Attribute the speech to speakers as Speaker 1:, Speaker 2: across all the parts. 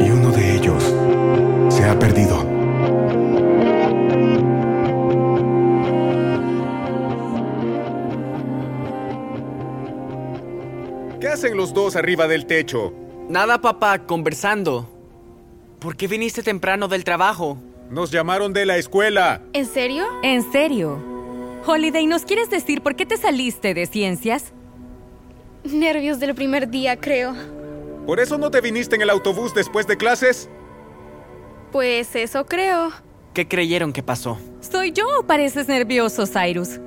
Speaker 1: Y uno de ellos se ha perdido.
Speaker 2: ¿Qué hacen los dos arriba del techo?
Speaker 3: Nada, papá, conversando. ¿Por qué viniste temprano del trabajo?
Speaker 2: Nos llamaron de la escuela.
Speaker 4: ¿En serio?
Speaker 5: ¿En serio? Holiday, ¿nos quieres decir por qué te saliste de ciencias?
Speaker 4: Nervios del primer día, creo.
Speaker 2: ¿Por eso no te viniste en el autobús después de clases?
Speaker 4: Pues eso creo.
Speaker 3: ¿Qué creyeron que pasó?
Speaker 5: ¿Soy yo o pareces nervioso, Cyrus?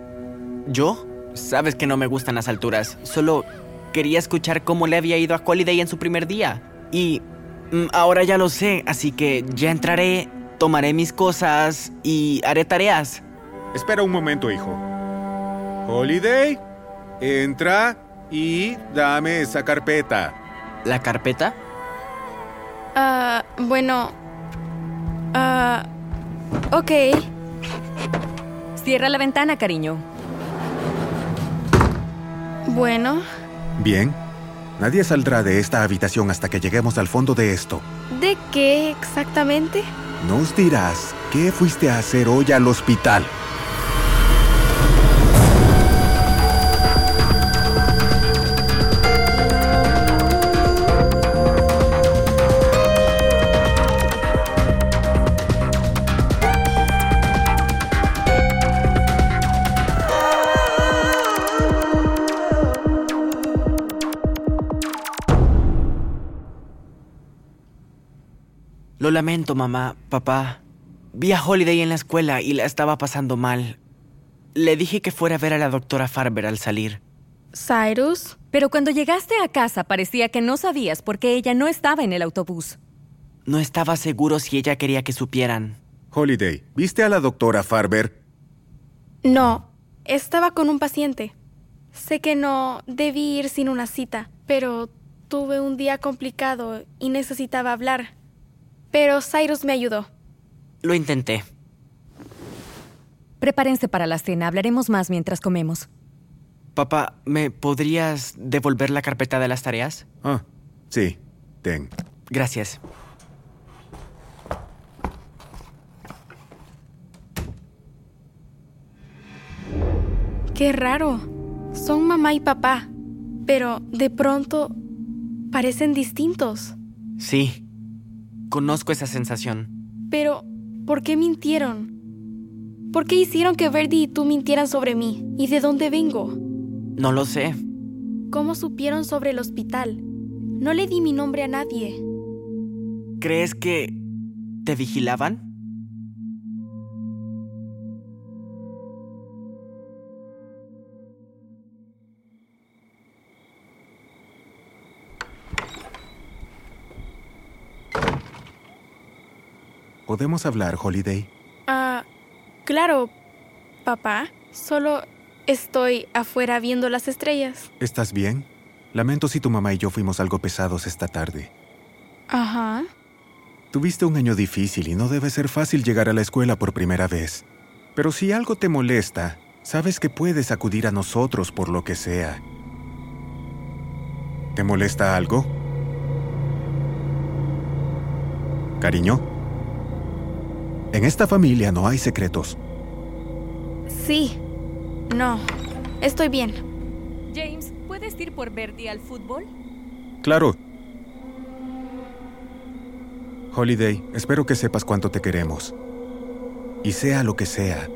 Speaker 3: ¿Yo? Sabes que no me gustan las alturas. Solo quería escuchar cómo le había ido a Holiday en su primer día. Y mm, ahora ya lo sé, así que ya entraré, tomaré mis cosas y haré tareas.
Speaker 2: Espera un momento, hijo. Holiday, entra y dame esa carpeta.
Speaker 3: ¿La carpeta?
Speaker 4: Ah, bueno. Ah. ok.
Speaker 5: Cierra la ventana, cariño.
Speaker 4: Bueno.
Speaker 1: Bien, nadie saldrá de esta habitación hasta que lleguemos al fondo de esto.
Speaker 4: ¿De qué exactamente?
Speaker 1: Nos dirás qué fuiste a hacer hoy al hospital.
Speaker 3: Lo lamento, mamá, papá. Vi a Holiday en la escuela y la estaba pasando mal. Le dije que fuera a ver a la doctora Farber al salir.
Speaker 4: Cyrus.
Speaker 5: Pero cuando llegaste a casa parecía que no sabías por qué ella no estaba en el autobús.
Speaker 3: No estaba seguro si ella quería que supieran.
Speaker 1: Holiday, ¿viste a la doctora Farber?
Speaker 4: No. Estaba con un paciente. Sé que no debí ir sin una cita, pero tuve un día complicado y necesitaba hablar. Pero Cyrus me ayudó.
Speaker 3: Lo intenté.
Speaker 5: Prepárense para la cena, hablaremos más mientras comemos.
Speaker 3: Papá, ¿me podrías devolver la carpeta de las tareas?
Speaker 1: Ah, sí, ten.
Speaker 3: Gracias.
Speaker 4: Qué raro. Son mamá y papá, pero de pronto parecen distintos.
Speaker 3: Sí. Conozco esa sensación.
Speaker 4: Pero, ¿por qué mintieron? ¿Por qué hicieron que Verdi y tú mintieran sobre mí? ¿Y de dónde vengo?
Speaker 3: No lo sé.
Speaker 4: ¿Cómo supieron sobre el hospital? No le di mi nombre a nadie.
Speaker 3: ¿Crees que te vigilaban?
Speaker 1: ¿Podemos hablar, Holiday?
Speaker 4: Ah, claro, papá. Solo estoy afuera viendo las estrellas.
Speaker 1: ¿Estás bien? Lamento si tu mamá y yo fuimos algo pesados esta tarde.
Speaker 4: Ajá.
Speaker 1: Tuviste un año difícil y no debe ser fácil llegar a la escuela por primera vez. Pero si algo te molesta, sabes que puedes acudir a nosotros por lo que sea. ¿Te molesta algo? Cariño. En esta familia no hay secretos.
Speaker 4: Sí. No. Estoy bien.
Speaker 5: James, ¿puedes ir por Verdi al fútbol?
Speaker 1: Claro. Holiday, espero que sepas cuánto te queremos. Y sea lo que sea,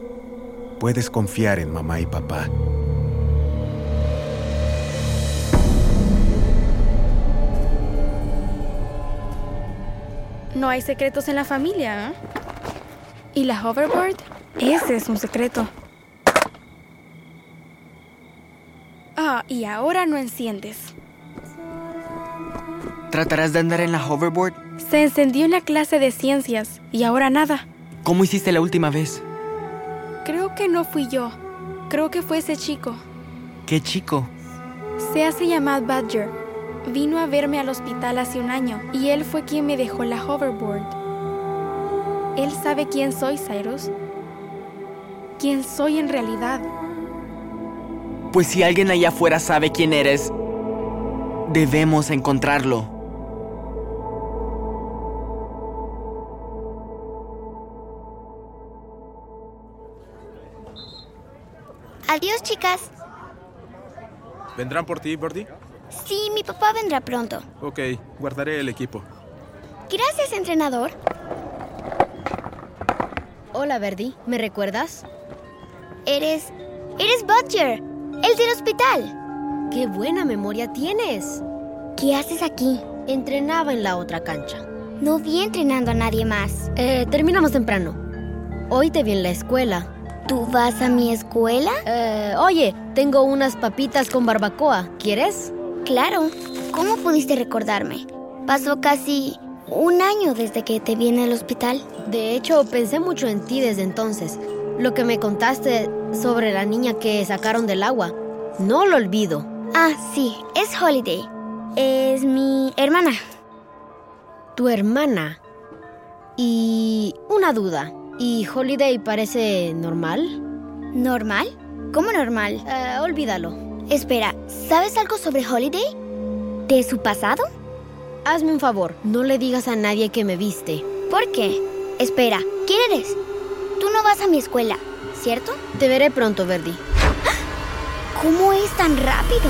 Speaker 1: puedes confiar en mamá y papá.
Speaker 4: No hay secretos en la familia. ¿eh? ¿Y la hoverboard? Ese es un secreto. Ah, y ahora no enciendes.
Speaker 3: ¿Tratarás de andar en la hoverboard?
Speaker 4: Se encendió en la clase de ciencias y ahora nada.
Speaker 3: ¿Cómo hiciste la última vez?
Speaker 4: Creo que no fui yo. Creo que fue ese chico.
Speaker 3: ¿Qué chico?
Speaker 4: Se hace llamar Badger. Vino a verme al hospital hace un año y él fue quien me dejó la hoverboard. Él sabe quién soy, Cyrus. Quién soy en realidad.
Speaker 3: Pues si alguien allá afuera sabe quién eres, debemos encontrarlo.
Speaker 6: Adiós, chicas.
Speaker 7: ¿Vendrán por ti, Birdie?
Speaker 6: Sí, mi papá vendrá pronto.
Speaker 7: Ok, guardaré el equipo.
Speaker 6: Gracias, entrenador.
Speaker 8: Hola, Verdi. ¿Me recuerdas?
Speaker 6: Eres... Eres Butcher, el del hospital.
Speaker 8: ¡Qué buena memoria tienes!
Speaker 6: ¿Qué haces aquí?
Speaker 8: Entrenaba en la otra cancha.
Speaker 6: No vi entrenando a nadie más.
Speaker 8: Eh, terminamos temprano. Hoy te vi en la escuela.
Speaker 6: ¿Tú vas a mi escuela?
Speaker 8: Eh, oye, tengo unas papitas con barbacoa. ¿Quieres?
Speaker 6: Claro. ¿Cómo pudiste recordarme? Pasó casi un año desde que te vi en el hospital.
Speaker 8: De hecho, pensé mucho en ti desde entonces. Lo que me contaste sobre la niña que sacaron del agua. No lo olvido.
Speaker 6: Ah, sí, es Holiday. Es mi hermana.
Speaker 8: Tu hermana. Y una duda. ¿Y Holiday parece normal?
Speaker 6: ¿Normal? ¿Cómo normal?
Speaker 8: Eh, olvídalo.
Speaker 6: Espera, ¿sabes algo sobre Holiday? ¿De su pasado?
Speaker 8: Hazme un favor, no le digas a nadie que me viste.
Speaker 6: ¿Por qué? Espera, ¿quién eres? Tú no vas a mi escuela, ¿cierto?
Speaker 8: Te veré pronto, Verdi.
Speaker 6: ¿Cómo es tan rápido?